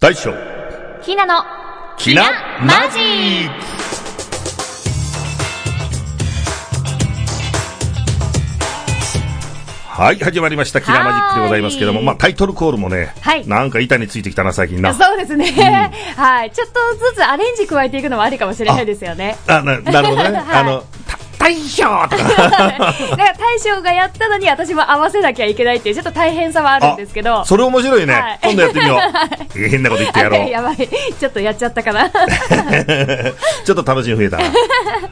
大将、ひなの、きな、マジックはい、始まりました。キラーマジックでございますけども、はいまあタイトルコールもね、はいなんか板についてきたな、最近な。そうですね。はい。ちょっとずつアレンジ加えていくのもありかもしれないですよね。あ ななるほどね。はいあの、た大将とか。だから大将がやったのに私も合わせなきゃいけないっていうちょっと大変さはあるんですけど。 それ面白いね。 はい今度やってみよう。変なこと言ってやろう。 やばい。ちょっとやっちゃったかな。ちょっと楽しみ増え たな。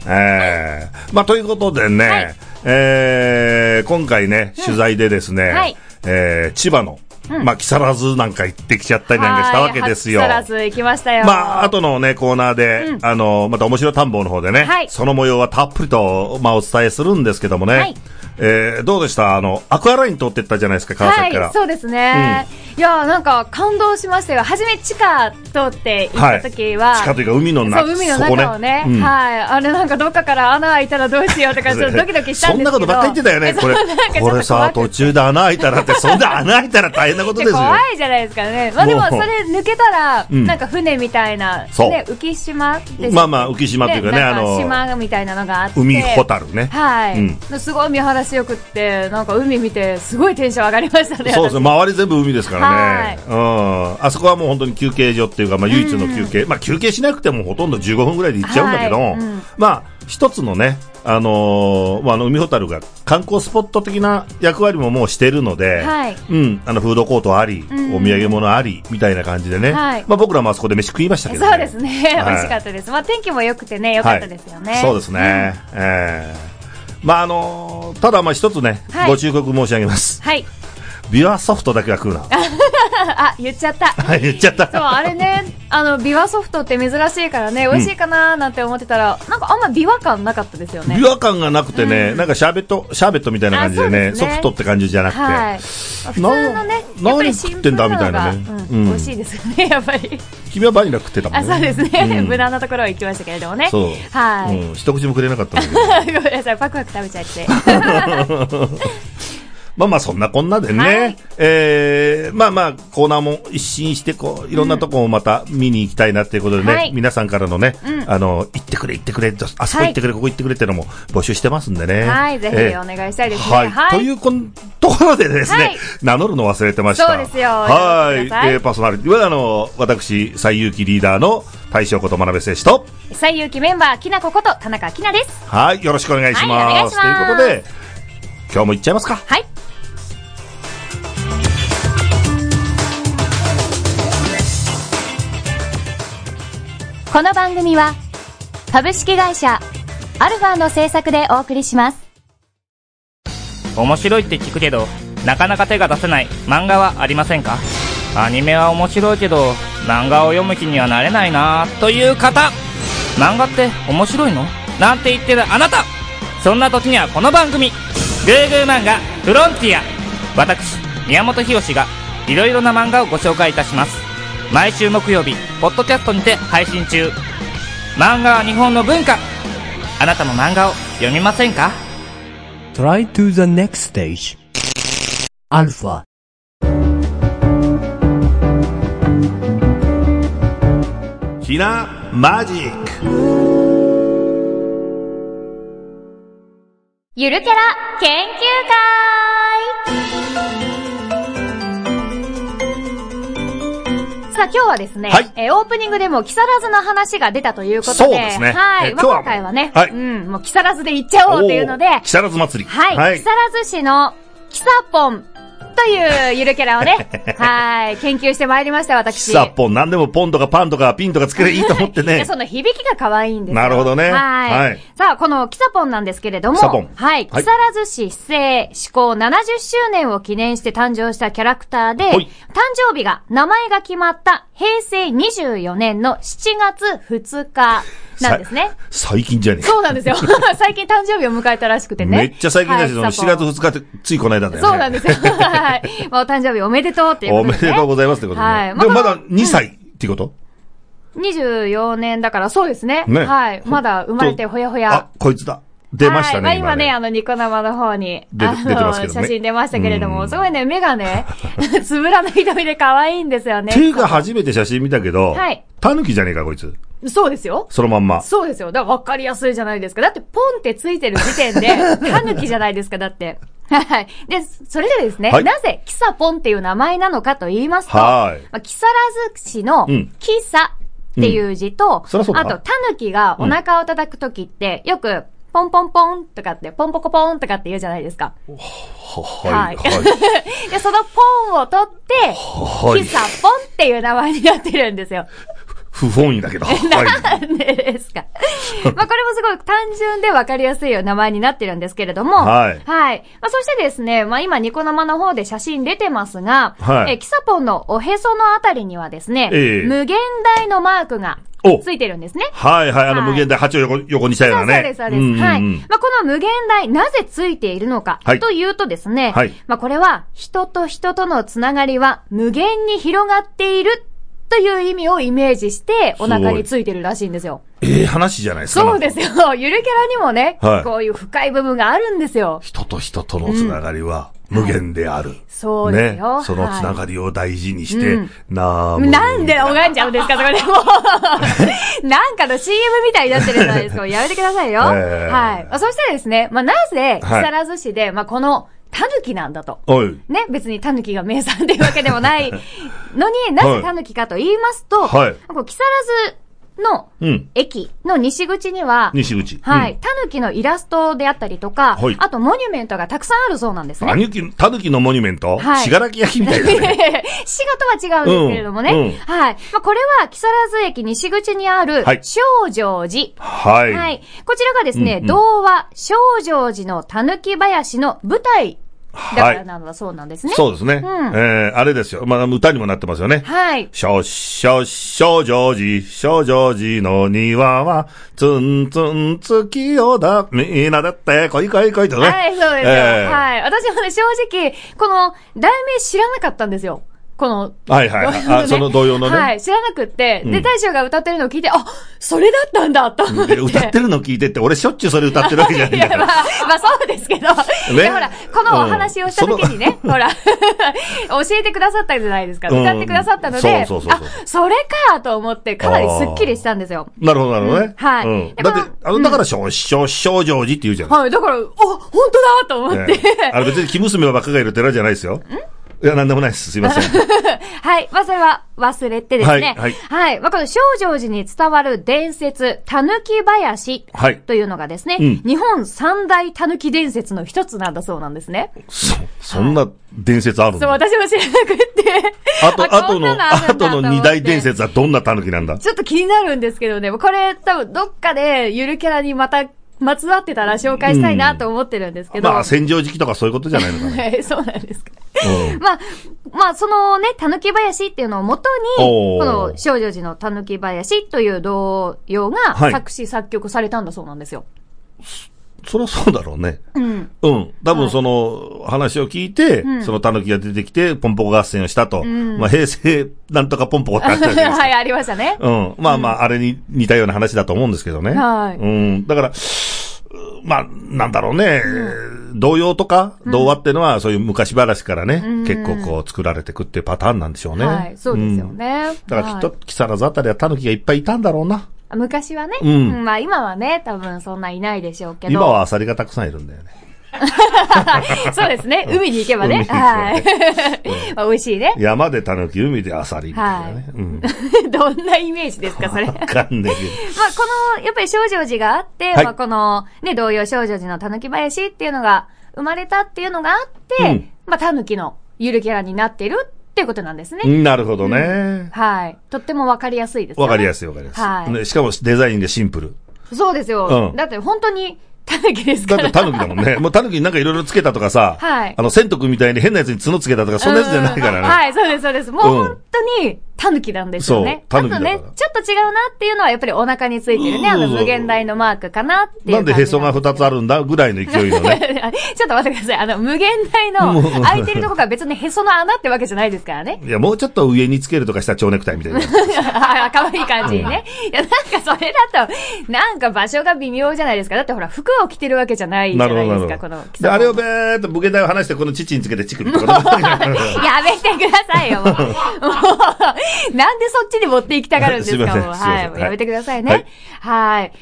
えー、まあということでね、はいえー、今回ね、取材でですね、はいえー、千葉の、まあ木更津なんか行ってきちゃったりなんかしたわけですよ。はい初木更津行きましたよ。まあ、後のね、コーナーで、あの、また面白探訪の方でね、はいその模様はたっぷりと、まあ、お伝えするんですけどもね、はいえーどうでしたあの、アクアライン通ってったじゃないですか、川崎から。はい、そうですね。いやーなんか感動しましたよ。初め地下通って行った時は、地下というか海の中、そう海の中をねそこねうんはいあれなんかどっかから穴開いたらどうしようとかちょっとドキドキしたんですけどそんなことばっかり言ってたよね、これ そうなんかちょっと。こ怖くれてさ、途中で穴開いたらって、そんな穴開いたら大変なことですよ。怖いじゃないですかね、まあ、でももうそれ抜けたら、んなんか船みたいな、そうね、浮島ですよねまあまあ浮島というかねなんあの島みたいなのがあって、海ホタルね。はい、うんすごい見晴らしよくって、なんか海見て、すごいテンション上がりましたね、そうですね、周り全部海ですからね、うん、あそこはもう本当に休憩所っていうか、まあ、唯一の休憩、まあ、休憩しなくてもほとんど15分ぐらいで行っちゃうんだけど、はいうんまあ、一つのね、あのーまあ、あの海ほたるが観光スポット的な役割ももうしてるので、はいうん、あのフードコートあり、んお土産物ありみたいな感じでね、はいまあ、僕らもあそこで飯食いましたけど、そうですね、はい美味しかったです、まあ、天気も良くてね、良かったですよね。はい、そうですね、えーまああのーただまあ一つね、はいご忠告申し上げますはい、ビワソフトだけは食うなあ、言っちゃった。はい言っちゃったそう、あれね、あの、ビワソフトって珍しいからね、美味しいかなーなんて思ってたら、なんかあんまビワ感なかったですよね違。和感がなくてね、なんかシャーベット、シャーベットみたいな感じでね、あそうですソねフトって感じじゃなくて、はい。普通のね、なやっぱりシンプルなのが、何食ってんだみたいなねうんうん美味しいですよね、 やっぱり。君はバニラ食ってたもあ、んそうですうね。ん無難なところは行きましたけれどもね。そうはい。うん、一口もくれなかったんだけど ごめんなさい、パクパク食べちゃって。まあまあそんなこんなでね、はいえーまあまあコーナーも一新してこういろんなとこをまた見に行きたいなっていうことでね、はい皆さんからのね、うんあの行ってくれ行ってくれあそこ行ってくれ、ここ行ってくれっていうのも募集してますんでねはい、ぜえひーお願いしたいですね。はい、というこんところでですね、はい名乗るの忘れてました。そうですよはい、やめてくださいえーパーソナリティはあの私最有機リーダーの大将こと真鍋誠史と、最有機メンバー、きなここと田中きなです。はい、よろしくお願いしはいお願ます。いしますということで、今日も行っちゃいますか。はい。この番組は、株式会社、アルファの制作でお送りします。面白いって聞くけどなかなか手が出せない漫画はありませんかアニメは面白いけど漫画を読む気にはなれないなという方漫画って面白いのなんて言ってるあなたそんな時にはこの番組「グーグー漫画フロンティア」私宮本浩がいろいろな漫画をご紹介いたします毎週木曜日ポッドキャストにて配信中漫画は日本の文化あなたも漫画を読みませんか Try to the next stage. Alpha. ひなマジック。ゆるキャラ研究会さあ今日はですね、はいえーオープニングでも木更津の話が出たということで、そうですねはえい、ー今まあ日は今回はね、はいうん、もう木更津で行っちゃおうというので、おはー木更津祭り。い、木更津市の木サポンというゆるキャラを ね、はい、研究してまいりました、私。さっぽん、なんでもポンとかパンとかピンとかつけ れいいと思っていねや。その響きが可愛いんですよなるほどねはい,、はいさあ、このキサポンなんですけれども、キサポンはい。木はい更津市市政施行70周年を記念して誕生したキャラクターで、は誕い生日が、名前が決まった平成24年の7月2日なんですね。さ最近じゃねえかそうなんですよ。 最近誕生日を迎えたらしくてね。めっちゃ最近だし、はいその7月2日ってついこの間だよね。そうなんですよ。 はい。まあ、お誕生日おめでとうっていうおことめです、ね。でとうございますってことで、ねはいでもまだ2歳っていうこと、 24年だからそうですね。ねはい。まだ生まれてほやほや。あ、こいつだ。出ましたね。はい。まあ今ね、あの、ニコ生の方に、出あ出てますけの、どね写真出ましたけれどうも、んすごいね、目がね、 つぶらな瞳で可愛いんですよね。ていうか初めて写真見たけどはい、タヌキじゃねえか、こいつ。そうですよ。そのまんま。そうですよ。だから分かりやすいじゃないですか。だって、ポンってついてる時 点で、タヌキじゃないですか、だって。はい。で、それでですね、はいなぜ、キサポンっていう名前なのかと言いますと、はーいまあ、木更津市のうん、キサっていう字と、そりゃそうだあと、タヌキがお腹を叩く時って、よく、ポンポンポンとかって、ポンポコポンとかって言うじゃないですか。はい。ははいい。で、そのポンを取って、はいキ。サポンっていう名前になってるんで すよ。不本意だけど。はい。 なんでですか。まあこれもすごく単純で分かりやすい名前になってるんですけれども。はいまあそしてですね、まあ今ニコ生の方で写真出てますが、はいえキサポンのおへそのあたりにはですね、ええ無限大のマークがおついてるんですね。はいはい。あの、はい無限大8を横横にしたようなね。そうです、そうです。んんんはい。まあ、この無限大、なぜついているのかはい、というとですね、はいまあ、これは、人と人とのつながりは無限に広がっている、という意味をイメージして、お腹についてるらしいんですよ。ええ話じゃないですか。そうですよ。ゆるキャラにもね、はいこういう深い部分があるんですよ。人と人とのつながりは無限である。そうですよ。ね。そのつなはいがりを大事にして、うんなーなんで拝んじゃうんですか、それも う。なんかの CM みたいになってるじゃないですか。やめてくださいよ。ええはいまあ。そしてですね、まあ、なぜ、木はい更津市で、まあ、この、タヌキなんだと。おい。ね、別にタヌキが名産っていうわけでもない のに、なぜタヌキかと言いますと、はいこう木更津のうん。駅の西口には、西口。はい、タヌキのイラストであったりとか、はいあとモニュメントがたくさんあるそうなんでうすん。ねた。ぬき、たぬきのモニュメントはいしがらき焼きみたい仕だ 事はね。違うんですけれどもね。うんうんはい。まあ、これは、木更津駅西口にあるはい、少城寺。はい。はい。こちらがですね、うんうん童話、少城寺の狸林の舞台だからなんだそうなんですね。そうですね。んえー、あれですよ。まあ、歌にもなってますよね。はい。少々少女寺、少女寺の庭は、つんつん月夜だ、みんなだって、こいこいこいとね。はい、そうですよ。えーはい。私もね、正直、この、題名知らなかったんですよ。この、はい はいはいあその童謡のねはい、知らなくって。うで、ん大将が歌ってるのを聞いて、あ、それだったんだと思 って。で歌ってるの聞いてって、俺しょっちゅうそれ歌ってるわけじゃない いんやだまかあ、ら。まあそうですけど、でほら、このお話をした時にね、ほら、 教えてくださったじゃないですか。うん歌ってくださったので、そうそうそうそうあ、それかと思って、かなりスッキリしたんですよ。なるほど、なるほどね。うんはいうんでだまあって、あの、だから、少々少女寺って言うじゃないはい、だから、お、本当だと思っねて。あれ別に、木娘ばっかがいる寺じゃないですよ。いや、なんでもないです。すいませ ん。 はい。まあ、それは忘れてですね。はいはいまあ、この少女寺に伝わる伝説、たぬき林はいというのがですね、うん日本三大たぬき伝説の一つなんだそうなんですね。そ、そんな伝説あるそう、のあ私も知らなくって。 と、あことんなの、あるんだあとの二大と思って伝説はどんな狸なんだちょっと気になるんですけどね、これ多分どっかでゆるキャラにまた、まつわってたら紹介したいなと思ってるんですけど。まあ、戦場時期とかそういうことじゃないのかね。えー そうなんですか。うんまあ、まあ、そのね、たぬき林っていうのをもとに、おーこの少女寺のたぬき林という童謡がはい作詞作曲されたんだそうなんですよ。そりゃそうだろうね。うん。うん。多分その話を聞いて、その狸が出てきて、ポンポコ合戦をしたと。まあ、平成なんとかポンポコってあったじゃないですか はい、ありましたね。うん。まあまあ、あれに似たような話だと思うんですけどね。はいうん。だから、うまあ、なんだろうね。童謡とか、童話ってのは、そういう昔話からね、結構こう作られてくっていうパターンなんでしょうね。はい、そうですよんね。だからきっと、はい木更津あたりは狸がいっぱいいたんだろうな。昔はね、うんまあ今はね、多分そんないないでしょうけど。今はアサリがたくさんいるんだよね。 そうですね。海に行けばね。海はに行けい。 まあ美味しいね。山で狸、海でアサリみたいなね。うん。わどんなイメージですか、 それ。 まあ、こかんねえけど。の、やっぱり少女寺があって、はいまあ、この、ね、同様少女寺のたぬき林っていうのが生まれたっていうのがあって、うんまあ、たぬきのゆるキャラになってるっていうことなんですね。なるほどね。はい。とってもわかりやすいですよわね。かりやすいわかりやすい、はいねしかもデザインがシンプル。そうですよ。うんだって本当に、たぬきですだかってら。タヌキだもんね。 もうタヌキになんかいろいろつけたとかさ、はいあの、千徳みたいに変なやつに角つけたとか、そんなやつじゃないからね。うんはい、そうです、そうです。もううん本当に、タヌキなんですよね。そうあ狸とだからね、ちょっと違うなっていうのはやっぱりお腹についてるね、あそうそのうそう無限大のマークかなっていうなんでへそがふ二つあるんだぐらいの勢いのね。 ちょっと待ってください。あの、無限大ものう空いてるとこが別にへその穴ってわけじゃないですか らね。いや、もうちょっと上につけるとかしたら蝶ネクタイみたいな。あ可愛い感じにね。いや、なんかそれだと、なんか場所が微妙じゃないですか。だってほら、服を着てるわけじゃないじなゃるないほど、でなするか、ほこのど。。で、あれをべーっと無限大を離して、この父につけてチクるってこと やめてくださいよ、もう。もうなんでそっちに持っていきたがるんですか、すいませんもう。すいまはせんい。もうやめてくださはいねい。はい。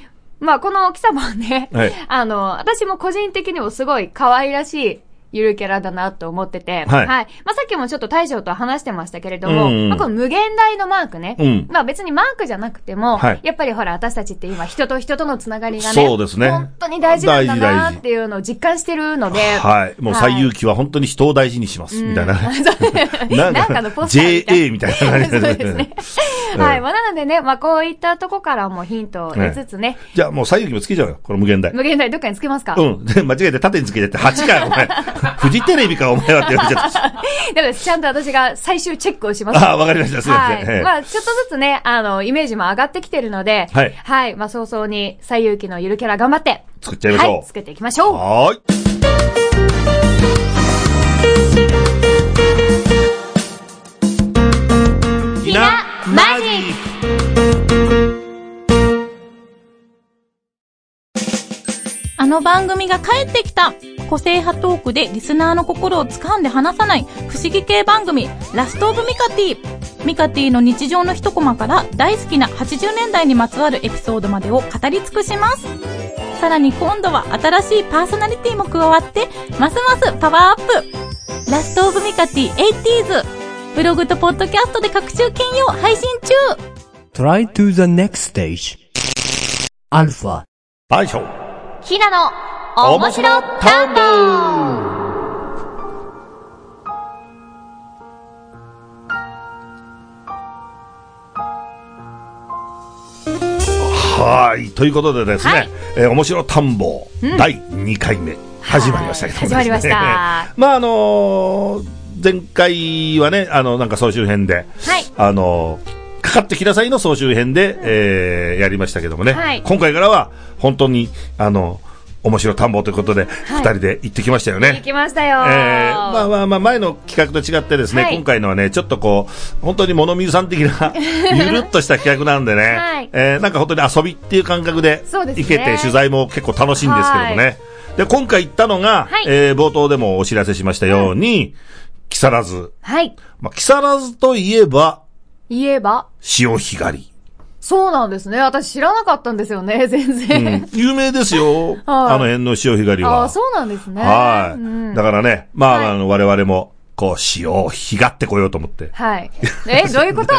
まあ、この貴様はね、はいあの、私も個人的にもすごい可愛らしい、ゆるキャラだなと思ってて、はいまあ、さっきもちょっと大将と話してましたけれども、うんうんまあ、この無限大のマークね、うんまあ別にマークじゃなくても、はいやっぱりほら、私たちって今、人と人とのつながりがね、そうですね本当に大事なんだ大事な大事っていうのを実感してるので、はい。もう最有機は本当に人を大事にします。みたいなね。なんかのポスターみたいな JA みたいな感じそうですね。はえい。えまあ、なのでね、まあ、こういったとこからもヒントを得つつね、じゃあもう左右にもつけちゃうよ。この無限大。無限大どっかにつけますか、うん。で、間違えて縦につけちゃって、8かよ、 お前。フジテレビか、お前はって言われちゃった。だから、ちゃんと私が最終チェックをします。ああ、わかりました。すいません。はえい。えまあ、ちょっとずつね、あの、イメージも上がってきてるので、はいまあ、早々に、最有機のゆるキャラ頑張って、作っちゃいましょう。はい、作っていきましょう。はーい。ひなマジッあの番組が帰ってきた個性派トークでリスナーの心を掴んで離さない不思議系番組、ラストオブミカティ。ミカティの日常の一コマから大好きな80年代にまつわるエピソードまでを語り尽くします。さらに今度は新しいパーソナリティも加わって、ますますパワーアップラストオブミカティ 80s! ブログとポッドキャストで各週金曜配信中 Try to the next stage. Alpha. はい、しょ。クひなの、面白タンボはい。ということでですね、はいえー面白田んぼ、第2回目、始まりましたけどもですね、はい始まりました まあ、あのー前回はね、あの、なんか総集編で、はいあのーかかってきなさいの総集編で、えーやりましたけどもね、はい今回からは、本当に、あの、面白田んぼということで、二、い人で行ってきましたよ行ね。きましたよえーまあまあまあ、前の企画と違ってですね、はい今回のはね、ちょっとこう、本当に物見るさん的 な、ゆるっとした企画なんでね、はいえーなんか本当に遊びっていう感覚で、そうですね行けて、取材も結構楽しいんですけれどもはね。で、今回行ったのが、はいえー冒頭でもお知らせしましたように、木更津。はい。まあ、木更津といえば、言えば、潮干狩 り。そうなんですね。私知らなかったんですよね、全然。有名ですよ。あの辺の潮干狩りあは。あ、そうなんですね。はい、うんだからね、まあ、はいあの、我々も、こう、潮干狩ってこようと思 って。はい。え、どういうこと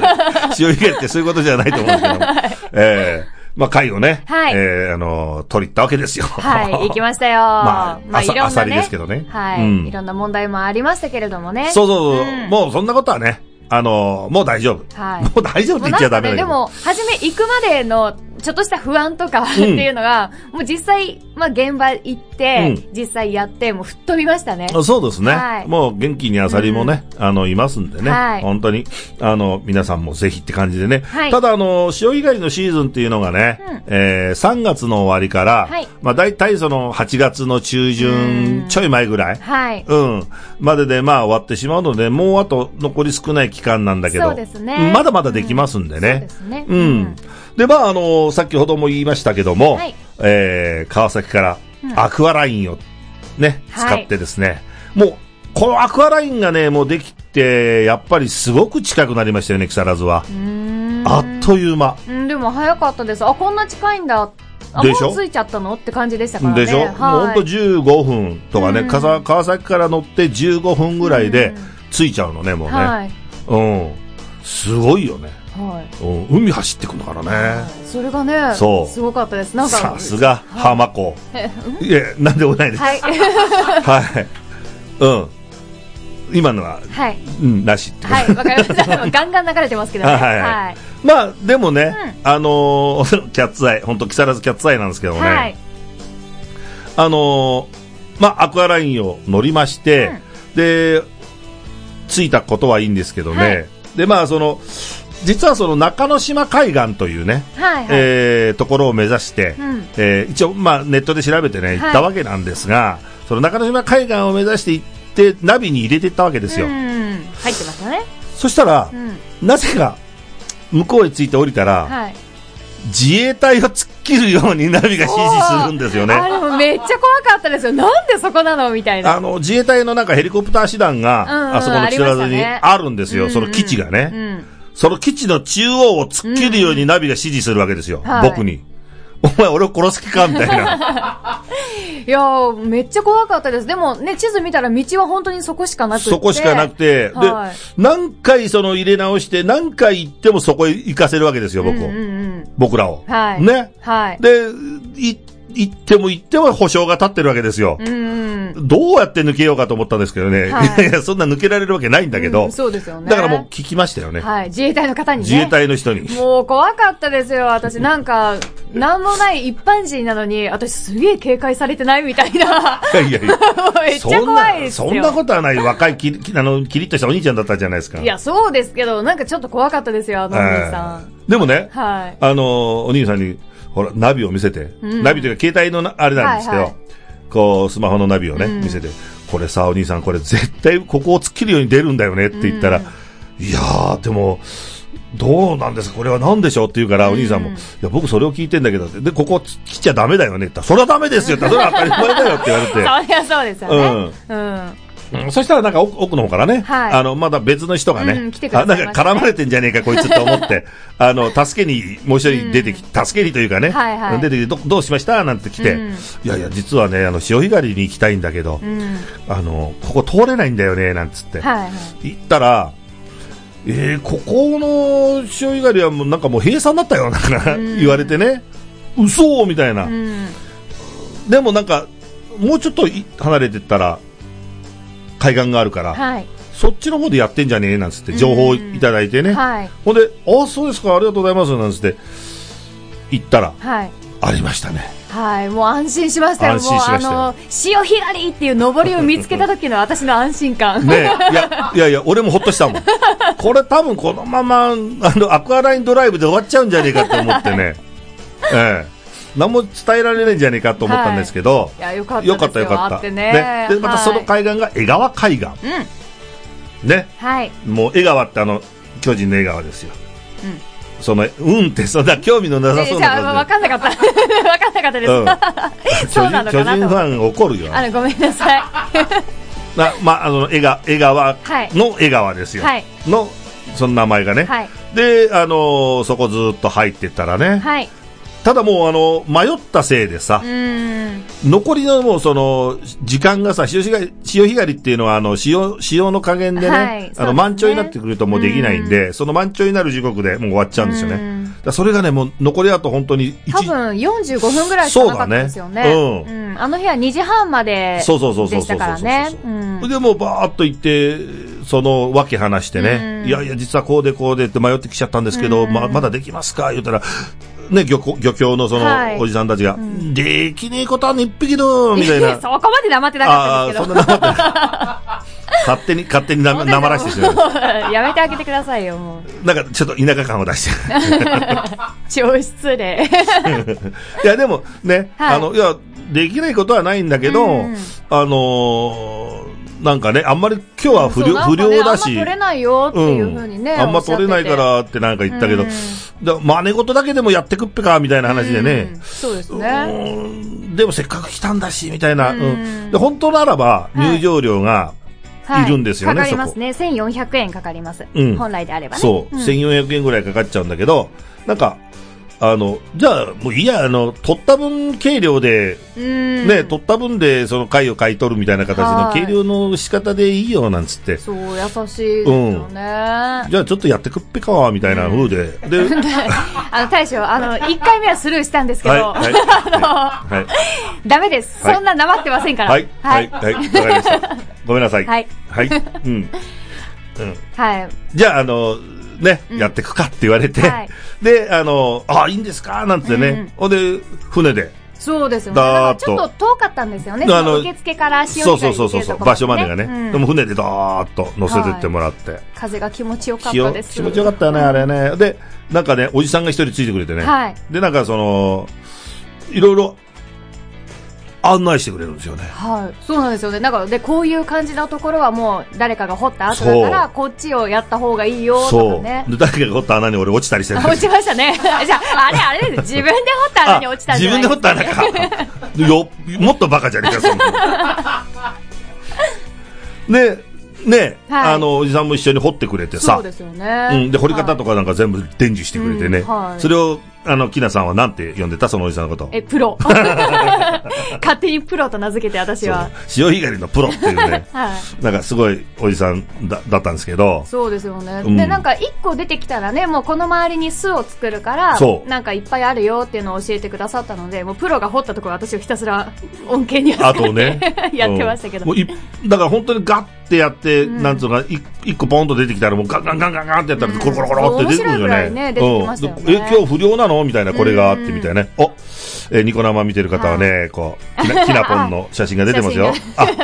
潮干狩りってそういうことじゃないと思うんですけども。ええまあ、貝をね、はいええあの、取り行ったわけですよ。 はい、行きましたよ。まああさいろんなあさりですけどねはい、うんいろんな問題もありましたけれどもね。そうそうそう、んもうそんなことはね、あの、もう大丈夫。はいもう大丈夫っもて言うなっちゃんダメだかね、けでど。も、初め行くまでの、ちょっとした不安とかっていうのが、もう実際、まあ現場行って、う実際やって、もう吹っ飛びましたね。あそうですね、はいもう元気にアサリもね、あの、いますんでね。はい本当に、あの、皆さんもぜひって感じでね。はいただ、あの、潮干狩りのシーズンっていうのがね、えー3月の終わりから、はいまあ大体その8月の中旬ちょい前ぐらい。はい。うん。までで、まあ、終わってしまうので、もうあと残り少ない期間なんだけど。そうですねまだまだできますんでね。そうですねうん。うんで、まあ、あの、先ほども言いましたけども、はいえー川崎からアクアラインをね、はい使ってですね、もう、このアクアラインがね、もうできて、やっぱりすごく近くなりましたよね、木更津は。あっという間。うん、でも早かったです。あ、こんな近いんだ。あ、でしょもう着いちゃったのって感じでしたからね。でしょ、もうほんはとい。 15分とかね、うんかさ川崎から乗って15分ぐらいでうん着いちゃうのね、もうね。はい。うん。すごいよね。はい。うん、海走ってくんだからね。それがね、そうすごかったです。なんか、さすが、浜子。いえ、なんでもないです。は。はいい。うん。今のは、はい。うん、なしってことはい、わかりまし た。ガンガン流れてますけどね。あはいはいはい。まあ、でもね、あのー キャッツアイ、本当木更津キャッツアイなんですけどもね、はい。あのーまあ、アクアラインを乗りまして、で、着いたことはいいんですけどね、で、まあ、その、実はその中之島海岸というね、はいはい。えーところを目指して、うんえー一応、まあ、ネットで調べてね、い行ったわけなんですが、その中之島海岸を目指して行って、ナビに入れていったわけですよ。うん。入ってましたね。そしたらう、ん。なぜか、向こうへ着いて降りたら、はい。自衛隊を突っ切るようにナビが指示するんですよね。あれもめっちゃ怖かったですよ。なんでそこなのみたいな。あの自衛隊のなんかヘリコプター師団うんうんが、あそこの木更津ありまにしたねあるんですよ、うんその基地がね、うん。その基地の中央を突っ切るようにナビが指示するわけですよ、はい僕に。お前、俺を殺す気かみたいな。いやー、めっちゃ怖かったです。でもね、地図見たら道は本当にそこしかなくて。そこしかなくて、で、はい何回その入れ直して、何回行ってもそこへ行かせるわけですよ、うん僕うを。んうん。僕らを。はい。ね。はい。で、い行っても行っても保証が立ってるわけですよ。うんうん。どうやって抜けようかと思ったんですけどね。はいい、やいや、そんな抜けられるわけないんだけど。うんそうですよね。だからもう聞きましたよね。はい。自衛隊の方にね。自衛隊の人に。もう怖かったですよ、私。なんか、なんもない一般人なのに、私すげえ警戒されてないみたいな。 いやいやいや。めっちゃ怖いですよ。そんな、そんなことはない。若いきり、 きあの、キリッとしたお兄ちゃんだったじゃないですか。いや、そうですけど、なんかちょっと怖かったですよ、あのお兄さん。でもね、はい。あの、お兄さんに、ほら、ナビを見せて、うんナビというか、携帯のな、あれなんですけど、はいはいこう、スマホのナビをね、うん見せて、これさ、お兄さん、これ絶対ここを突っ切るように出るんだよねって言ったら、うんいやー、でも、どうなんですかこれは何でしょうって言うから、お兄さんも、うんいや、僕それを聞いてんだけど、で、ここ突っ切っちゃダメだよねって言ったら、それはダメですよって言ったら、それは当たり前だよって言われ て。そりゃそうですよね。うん。うんそしたらなんか奥奥の方からね、はいあの、まだ別の人がね、うん来てくださいましたねあなんか絡まれてんじゃねえか、こいつと思 って、あの、助けに、もう一人出てき、助けにというかね、はいはい出てきてど、どうしましたなんて来て、うんいやいや、実はね、あの、潮干狩りに行きたいんだけど、うん。あの、ここ通れないんだよね、なんつって、はい。行ったら、えー、ここの潮干狩りはもうなんかもう閉鎖になったよ、なんか、うん言われてね、嘘みたいな。うん。でもなんか、もうちょっとい離れてったら、海岸があるから、はい。そっちの方でやってんじゃねえなんつって情報をいただいてね、はい。ほんで、あそうですか、ありがとうございますなんつって、行ったら、はい。ありましたね、はい。もう安心しましたよ。安心しましたよもうあの、潮干狩りっていう上りを見つけた時の私の安心感。ねえいやいやいや、俺もほっとしたもん、これ、多分このままあのアクアラインドライブで終わっちゃうんじゃねえかと思って ね、ええ、何も伝えられないんじゃねえかと思ったんですけど、いや、よかったですよかったよかあっ、ったてねね。でまたそのはい海岸が江川海岸、うん。ね、はい。もう江川ってあの巨人の江川ですよ。うんそのうんってそんな興味のなさえそうじなゃ感じあ、わかんなかった。わかんなかったです。 うんそうなのか巨な人とフ思っァて。ン怒るよ。あなの、ごめんなさい。まああの江川江川はいの江川ですよ。はいのその名前がね。はい。であのーそこずっと入ってったらね。はい。ただもうあの迷ったせいでさう、ーん。残りのもうその時間がさ潮干狩り潮干狩りっていうのはあの潮潮の加減でね、はいそうですあねの満潮になってくるともうできないんで、その満潮になる時刻でもう終わっちゃうんですよね。うんだからそれがねもう残りあと本当に一多分45分ぐらいしかなかったですよね。そうだうんあの日は2時半まで。そうそうそうそうでそしうたからね。うそれん。でもうバーっと行って、その訳話してね、うんいやいや、実はこうでこうでって迷ってきちゃったんですけど、うんままだできますか言うたら、ね、漁港漁協のそはいのおじさんたちが、できねえことはね一匹だよみたいいやな そ。こまで黙ってなかああっー、たそんんでな黙ってない勝手に、勝手になすけど。生らしてしまう。やめてあげてくださいよ、もう。なんかちょっと田舎感を出 して。超失礼。いや、でもね、はいあの、いや、できないことはないんだけど、うんあのーなんかね、あんまり今日は不良、そう不良だなんかねあんまし取。れないよっていうふうにね。あんま取れないかおっしゃっらってなんか言ったけど、うんだ真似事だけでもやってくっぺかみたいなて話てでねうん、そうですうね。ーんでもせっかく来たんだしみたいな、うんうんで本当ならば入場料が、はいるんですよねかかりますね。1400円かかります。うん本来であればね。そう、ん1400円ぐらいかかっちゃうんだけど、なんか、あのじゃあ、もういいや、あの取った分、計量で、うんね、取った分でその貝を買い取るみたいな形のはい計量の仕方でいいよなんつって、そう、優しいですよね。じゃあちょっとやってくっぺかみたいな風で、で、 あの、大将、あの、1回目はスルーしたんですけど、はい、あはい、 の、ダメです。はいそんななまってませんから。はい、はい、はい、わかりました。ごめんなさい。はい。はい。うん。はい。じゃあ、あの、ね、やってくかって言われてはい、で、あの、あ、いいんですかなんてうんうんね、ほんで、船で、そうですよね。だーっちょとっと遠かったんですよね。あのその受付から潮そう見そがうそう行そうけるそとうこ場所までがね、うんでも船でどーっと乗せてってもらって、風が気持ちよかっ気たをです。気持ちよかったよね、あれねでなんかねおじさんが一人ついてくれてね、はい。でなんかそのいろいろ案内してくれるんですよねはい、そうなんですよね。だから、で、こういう感じのところはもう、誰かが掘った後だから、こっちをやった方がいいよ、とそかう、ね。で誰かが掘った穴に俺落ちたりしてるあ落ちましたね。 じゃあ、あれ、あれです。自分で掘った穴に落ちたんじ自ゃな分いで掘った穴か よもっとバカじゃねえかそんな のでね、はいあのおじさんも一緒に掘ってくれてさそうですよね。うん、で掘り方はいとかなんか全部伝授してくれてね、うんはいそれをあのきなさんはなんて呼んでたそのおじさんのことえ、プ ロ。勝手にプロと名付けて、私そうは。潮干狩りのプロっていうね はい。なんかすごいおじさんだだったんですけどそうですよね。うんで、なんか一個出てきたらね、もうこの周りに巣を作るから、そうなんかいっぱいあるよっていうのを教えてくださったので、もうプロが掘ったところ私をひたすら恩恵に扱あってとねやってましたけどうんもういだから本当にガッてやって、うんなんつうのかい一個ポンと出てきたらもうガンガンガンガンガンってやったらうんコロコロコロって出てくるよ面白いぐらね,、いね出てきましたよねうんでえ今日不良なのみたいなこれがあってみたいなね、おえニコ生見てる方はね、こうきなきなぽんの写真が出てます よあ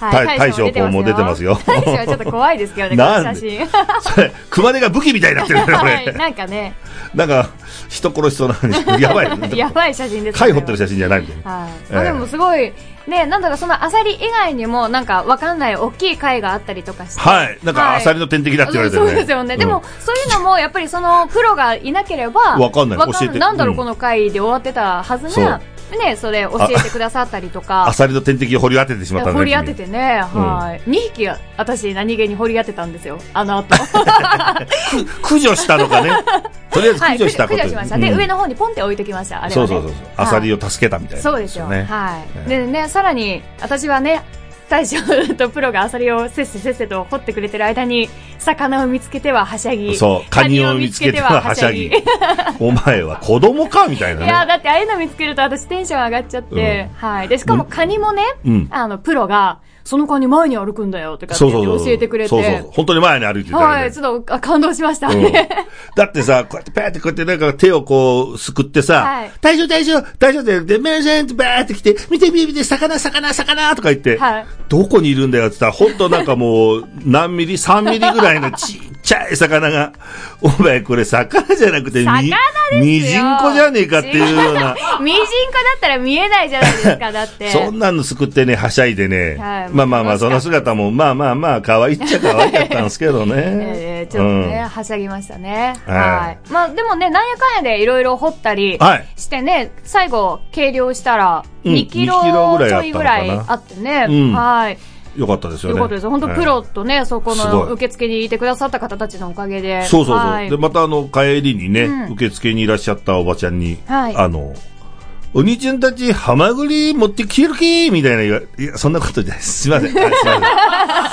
はい大大将ポンも出てますよ大将はちょっと怖いですけどね、こ なんので写真。それ熊手が武器みたいになってるねこ はい、れなんかね、なんか人殺しそうなの にやばいやばい写真ですね。貝掘ってる写真じゃないみたいなはい。ええあでもすごい、ね、なんだかそのアサリ以外にも、なんかわかんない大きい貝があったりとかして。はいなんかアサリの天敵だって言われてるねそうですよね。うんでも、そういうのも、やっぱりその、プロがいなければ、わかんない教えてなんだろうう、んこの回で終わってたはずが、ね、それ教えてくださったりとアか、サリの天敵を掘り当ててしまったね掘り当ててね、はい。2匹、私、何気に掘り当てたんですよ、あ の後。君駆除したのかねとりあえずは駆い、除したこと、しました。で、うん上の方にポンって置いてきました、あれそはねうそうそうそう。アサリを助けたみたいな、そうですよ。ね。はい。えでね、さらに、私はね、大将とプロがアサリをせっせせっせと掘ってくれてる間に、魚を見つけてははしゃぎ。そう。カニを見つけてははしゃぎい。 お前は子供かみたいなや、ね。だってああいうの見つけると私テンション上がっちゃって、はい。で、しかもカニもね、うん。あの、プロが、そのカニ前に歩くんだよとかってそう言そうっそうそう。て教えてくれて。そうそうそう。本当に前に歩いてたよねはい、ちょっとあ感動しま したうんね。だってさ、こうやってペーってこうやってなんか手をこうすくってさ、はい大将大将大将って言って、メルシェンってバーって来て、見て見て見て、魚魚魚とか言って、はいどこにいるんだよって言ったら、ほんとなんかもう、何 ミリ ?3 ミリぐらいのちっちゃい魚が、お前これ魚じゃなくて、み魚ですよミジンコじゃねえかっていうよ うな。ミジンコだったら見えないじゃないですか、だって。そんなのすくってね、はしゃいでね、はいまあまあまあ、楽そしかった。の姿も、まあまあまあ、可愛いっちゃ可愛かったんですけどね えーちょっとね、はしゃぎましたね。はいはい。まあでもね、なんやかんやでいろいろ掘ったりはいしてね、最後、計量したら、うん2キロ2キロぐちらょいいあったのかなぐらいあってねうん。はい。うん。よかったですとよいね。うことです。本当はいプロとね、そこすごいの受付にいてくださった方たちのおかげで。そうそうそう。はいで、またあの、帰りにね、うん受付にいらっしゃったおばちゃんに、はいあの、お兄ちゃんたち、ハマグリ持ってきてるきみたいな言わいや、そんなことじゃないです。すいません。はいすいま せん。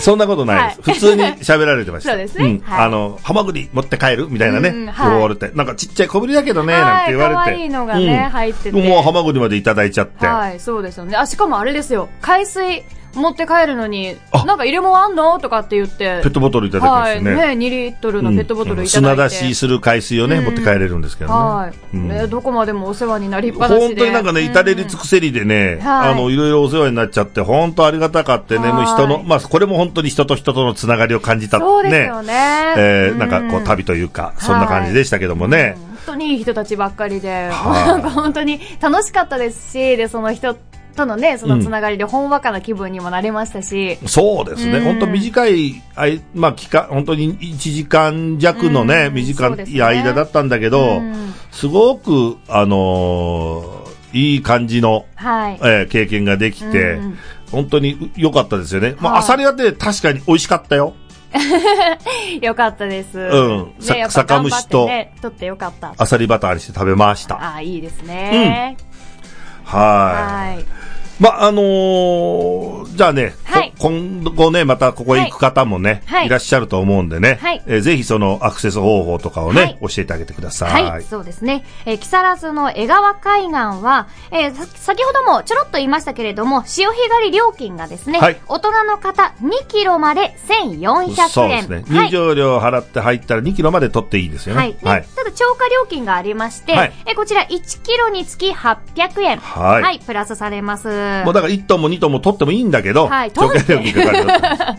そんなことないです。普通に喋られてました。そうですねんはいあの、ハマグリ持って帰るみたいなね。うんはい言われて。なんかちっちゃい小ぶりだけどね、なんて言われて。はい可愛いのがねうん入っててもうハマグリまでいただいちゃって。はい、そうですよね。あ、しかもあれですよ。海水持って帰るのにあ、なんか入れ物あんのとかって言ってペッ。トボトルいただきまはしい、たねね。、 2リットルのペットボトルいただ砂いて。出しする海水をね、うん持って帰れるんですけどね。はい、うんねどこまでもお世話になりっぱなしで本当になんかね、至れり尽くせりでね、はいあの、いろいろお世話になっちゃって、本当ありがたかってね、はいもう人の、まあ、これも本当に人と人とのつながりを感じた。そうですよねえーうんなんかこう、旅というか、そんな感じでしたけどもねうん。本当にいい人たちばっかりで、はいなんか本当に楽しかったですしでその人とのねそのつながりでほんわかな気分にもなれましたし、そうですね。うん本当短い、あいまあ、期間、本当に1時間弱のね、うん短そうですいね間だったんだけど、うんすごく、あのーいい感じの、はい、えー経験ができて、うんうん本当に良かったですよね。まあ、はいアサリはね、確かに美味しかったよ。よかったです、うんさね、やっぱ頑張酒蒸っしとてね取ってよかったアサリバターにして食べました。ああいいですね、はい。はいまあ、あのーじゃあね、はい今後ね、またここへ行く方もね、はいい、らっしゃると思うんでね、はいえーぜひそのアクセス方法とかをね、はい教えてあげてください。はい、そうですね。えー木更津の江川海岸は、えーさ先ほどもちょろっと言いましたけれども、潮干狩り料金がですね、はい大人の方2キロまで1400そう円。ですね。は入い場料払って入ったら2キロまで取っていいですよね。はい。でただ、超過料金がありまして、はいえーこちら1キロにつき800円。はいプラスされます。もうだから1トンも2トンも取ってもいいんだけど、はい長距離料金かか るよっ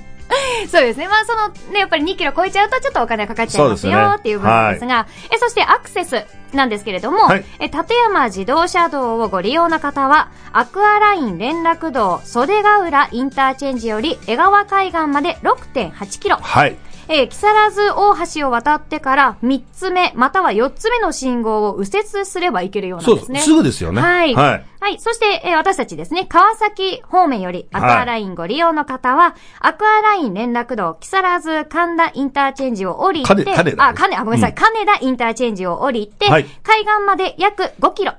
てそうですね。まあ、その、ね、やっぱり2キロ超えちゃうと、ちょっとお金がかかっちゃいますそうですよねっていう部分ですが、え、そしてアクセスなんですけれども、はいえ、立山自動車道をご利用の方は、アクアライン連絡道袖ヶ浦インターチェンジより江川海岸まで6.8キロ、はい。えー木更津大橋を渡ってから3つ目、または4つ目の信号を右折すれば行けるようなんそうでですすね。すぐですよね。はい。ははいい。。そして、えー私たちですね、川崎方面よりアクアラインご利用の方は、アクアライン連絡道、木更津神田インターチェンジを降りて、金金田あ、金、あ、ごめんなさい、うん金田インターチェンジを降りて、はい海岸まで約5キロ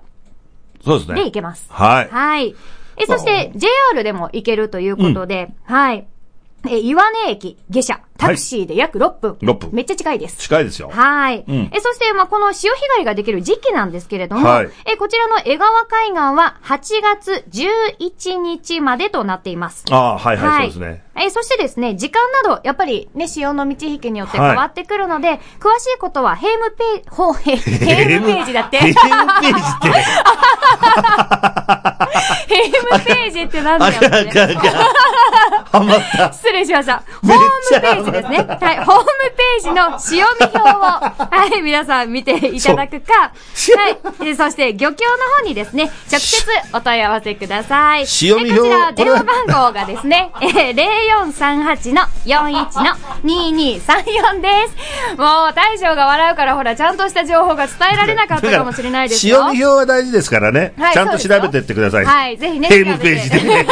そうですで行ね。けます。はい。はい。え、そして、JR でも行けるということで、はい。え、岩根駅、下車、タクシーで約6分。 6分めっちゃ近いです。近いですよ。はい。うんえ、そして、まあ、この潮干狩りができる時期なんですけれども、はいえ、こちらの江川海岸は8月11日までとなっています。ああ、はいはい、そうですね。えそしてですね、時間など、やっぱりね、潮の満ち引きによって変はいわってくるので、詳しいことは、ヘームページ、ほう、ヘヘームページだって。 ヘヘームページって。ームページってなんあだかよんあっかて。んあかん。はまった。失礼しました。ホーめっムちゃページですね。はい、ホームページの潮見 表を、はい、皆さん見ていただくか、はい、えそして漁協の方にですね、直接お問い合わせください。潮見表えこちら、こ電れは話番号がですね、え0438の41の2234です。もう、大将が笑うから、ほら、ちゃんとした情報が伝えられなかったかもしれないですよ。潮見表は大事ですからね。はいちゃんとそう調ですよべてってください。はいぜひねヘームページでね。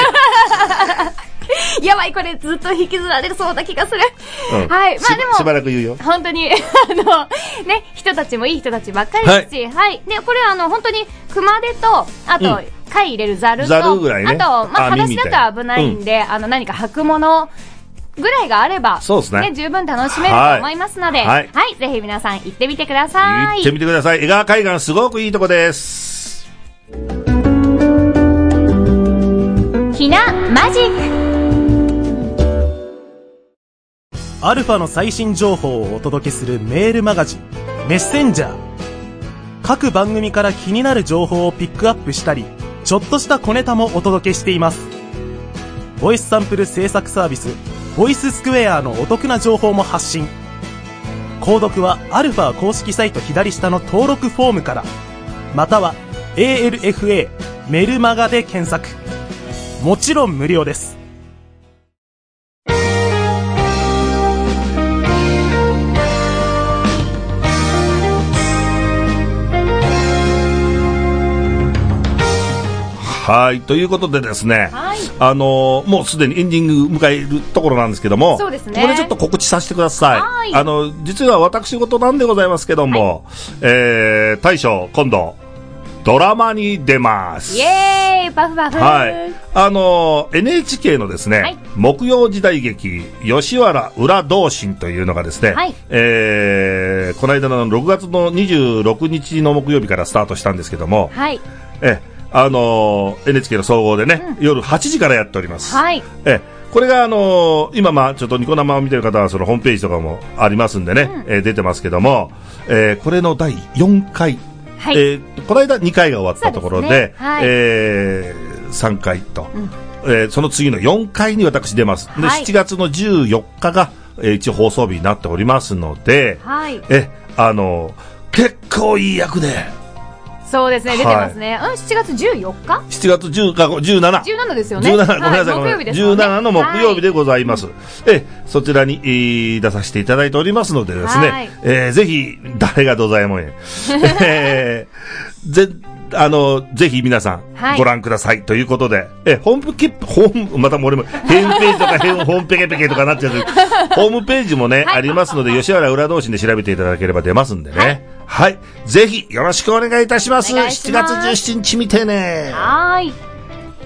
やばい、これずっと引きずられそうな気がする。うんはい、まあでもし、しばらく言うよ。本当に、あ の、ね、人たちもいい人たちばっかりですし、はい。ね、これはあの、本当に、熊手と、あと、うん貝入れるザルと、ザルぐらいねあと、まあ、網話みたいなだと危ないんで、あの、何か履くもの、ぐらいがあれば、そうですね十分楽しめると思いますので、ははいい。ぜひ皆さん行ってみてください。行ってみてください。江川海岸すごくいいとこです。ひな、マジック。アルファの最新情報をお届けするメールマガジン、メッセンジャー。各番組から気になる情報をピックアップしたり、ちょっとした小ネタもお届けしています。ボイスサンプル制作サービス、ボイススクエアのお得な情報も発信。購読はアルファ公式サイト左下の登録フォームから、または ALFA メルマガで検索。もちろん無料です。はい。ということでですね。はい。あのーもうすでにエンディング迎えるところなんですけども、そうですねこれちょっと告知させてください。はいあの、実は私事なんでございますけども、えー、大将、今度、ドラマに出ます。イエーイパフパフはい。あのー NHK のですね、はい木曜時代劇、吉原裏同心というのがですね、はいえーこの間の6月の26日の木曜日からスタートしたんですけども、はい。えあのー NHK の総合でね、夜8時からやっております。はい。ええこれが、あのー今、まあ、ちょっとニコ生を見てる方は、そのホームページとかもありますんでね、えー出てますけども、えーこれの第4回、はいえーこの間2回が終わったところそうでで、すねはいえ3回と、えーその次の4回に私出ます。で、はい7月の14日が、えー一応放送日になっておりますので、はい。え、あのー結構いい役で、そうですね、出てますね。うん、7月14日7月10日、17。 ?17 ですよね。 17、ごめんなさい、はごめんなさ木曜日い。ですもんね17の木曜日ではいございます。え、そちらに、えー出させていただいておりますのでですはいね、えーぜひ、誰がどざえもん へ、えーぜ、あの、ぜひ皆さはん、いご覧ください。ということで、え、ホームページ、ホーム、またもう俺も、ヘームページとか、ヘームホームペケペケとかなっちゃうけどホームページもね、ありますので、吉原裏同士で調べていただければ出ますんでね。はい。ぜひ、よろしくお願いいたします。お願いし7ます月17日見てね。はーい。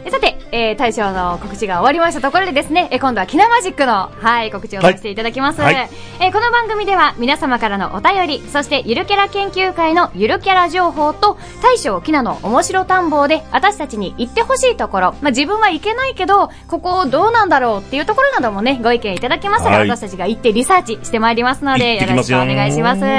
えさて、えー大賞の告知が終わりましたところでですね、えー今度はキナマジックの、はい、告知をさせていただきます、はいはいえーこの番組では皆様からのお便り、そしてゆるキャラ研究会のゆるキャラ情報と、大賞キナの面白探訪で私たちに行ってほしいところ、まあ、自分は行けないけど、ここどうなんだろうっていうところなどもね、ご意見いただけますが、はい私たちが行ってリサーチしてまいりますの行で、っよてきろましすくおよ願いします。はい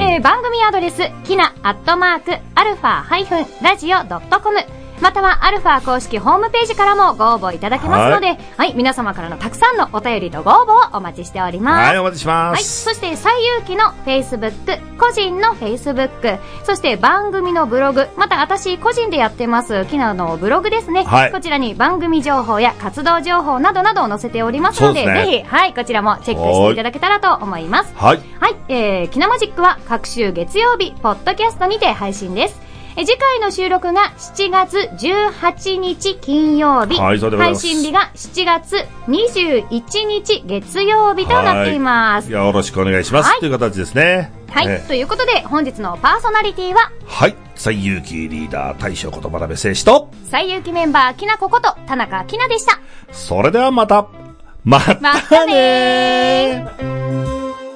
えー番組アドレス、きな、アットマーク、アルファ、ハイフン、ラジオ、ドットコム。または、アルファ公式ホームページからもご応募いただけますので、はい、皆様からのたくさんのお便りとご応募をお待ちしております。はい、お待ちしまはい、す。そして、最有機の Facebook、個人の Facebook、そして番組のブログ、また私個人でやってます、キナのブログですね。はいこちらに番組情報や活動情報などなどを載せておりますので、そうですねぜひ、はい、こちらもチェックしていただけたらと思います。はい。はい、えー、キナマジックは各週月曜日、ポッドキャストにて配信です。えー次回の収録が7月18日金曜日。はいそうでござい配ます信日が7月21日月曜日となっています。よろしくお願いします。はいという形ですね。はい、えーということで本日のパーソナリティは、はい。最有機リーダー、大将こと学部選手と、最有機メンバー、きなここと田中きなでした。それではまた。またねまたねー。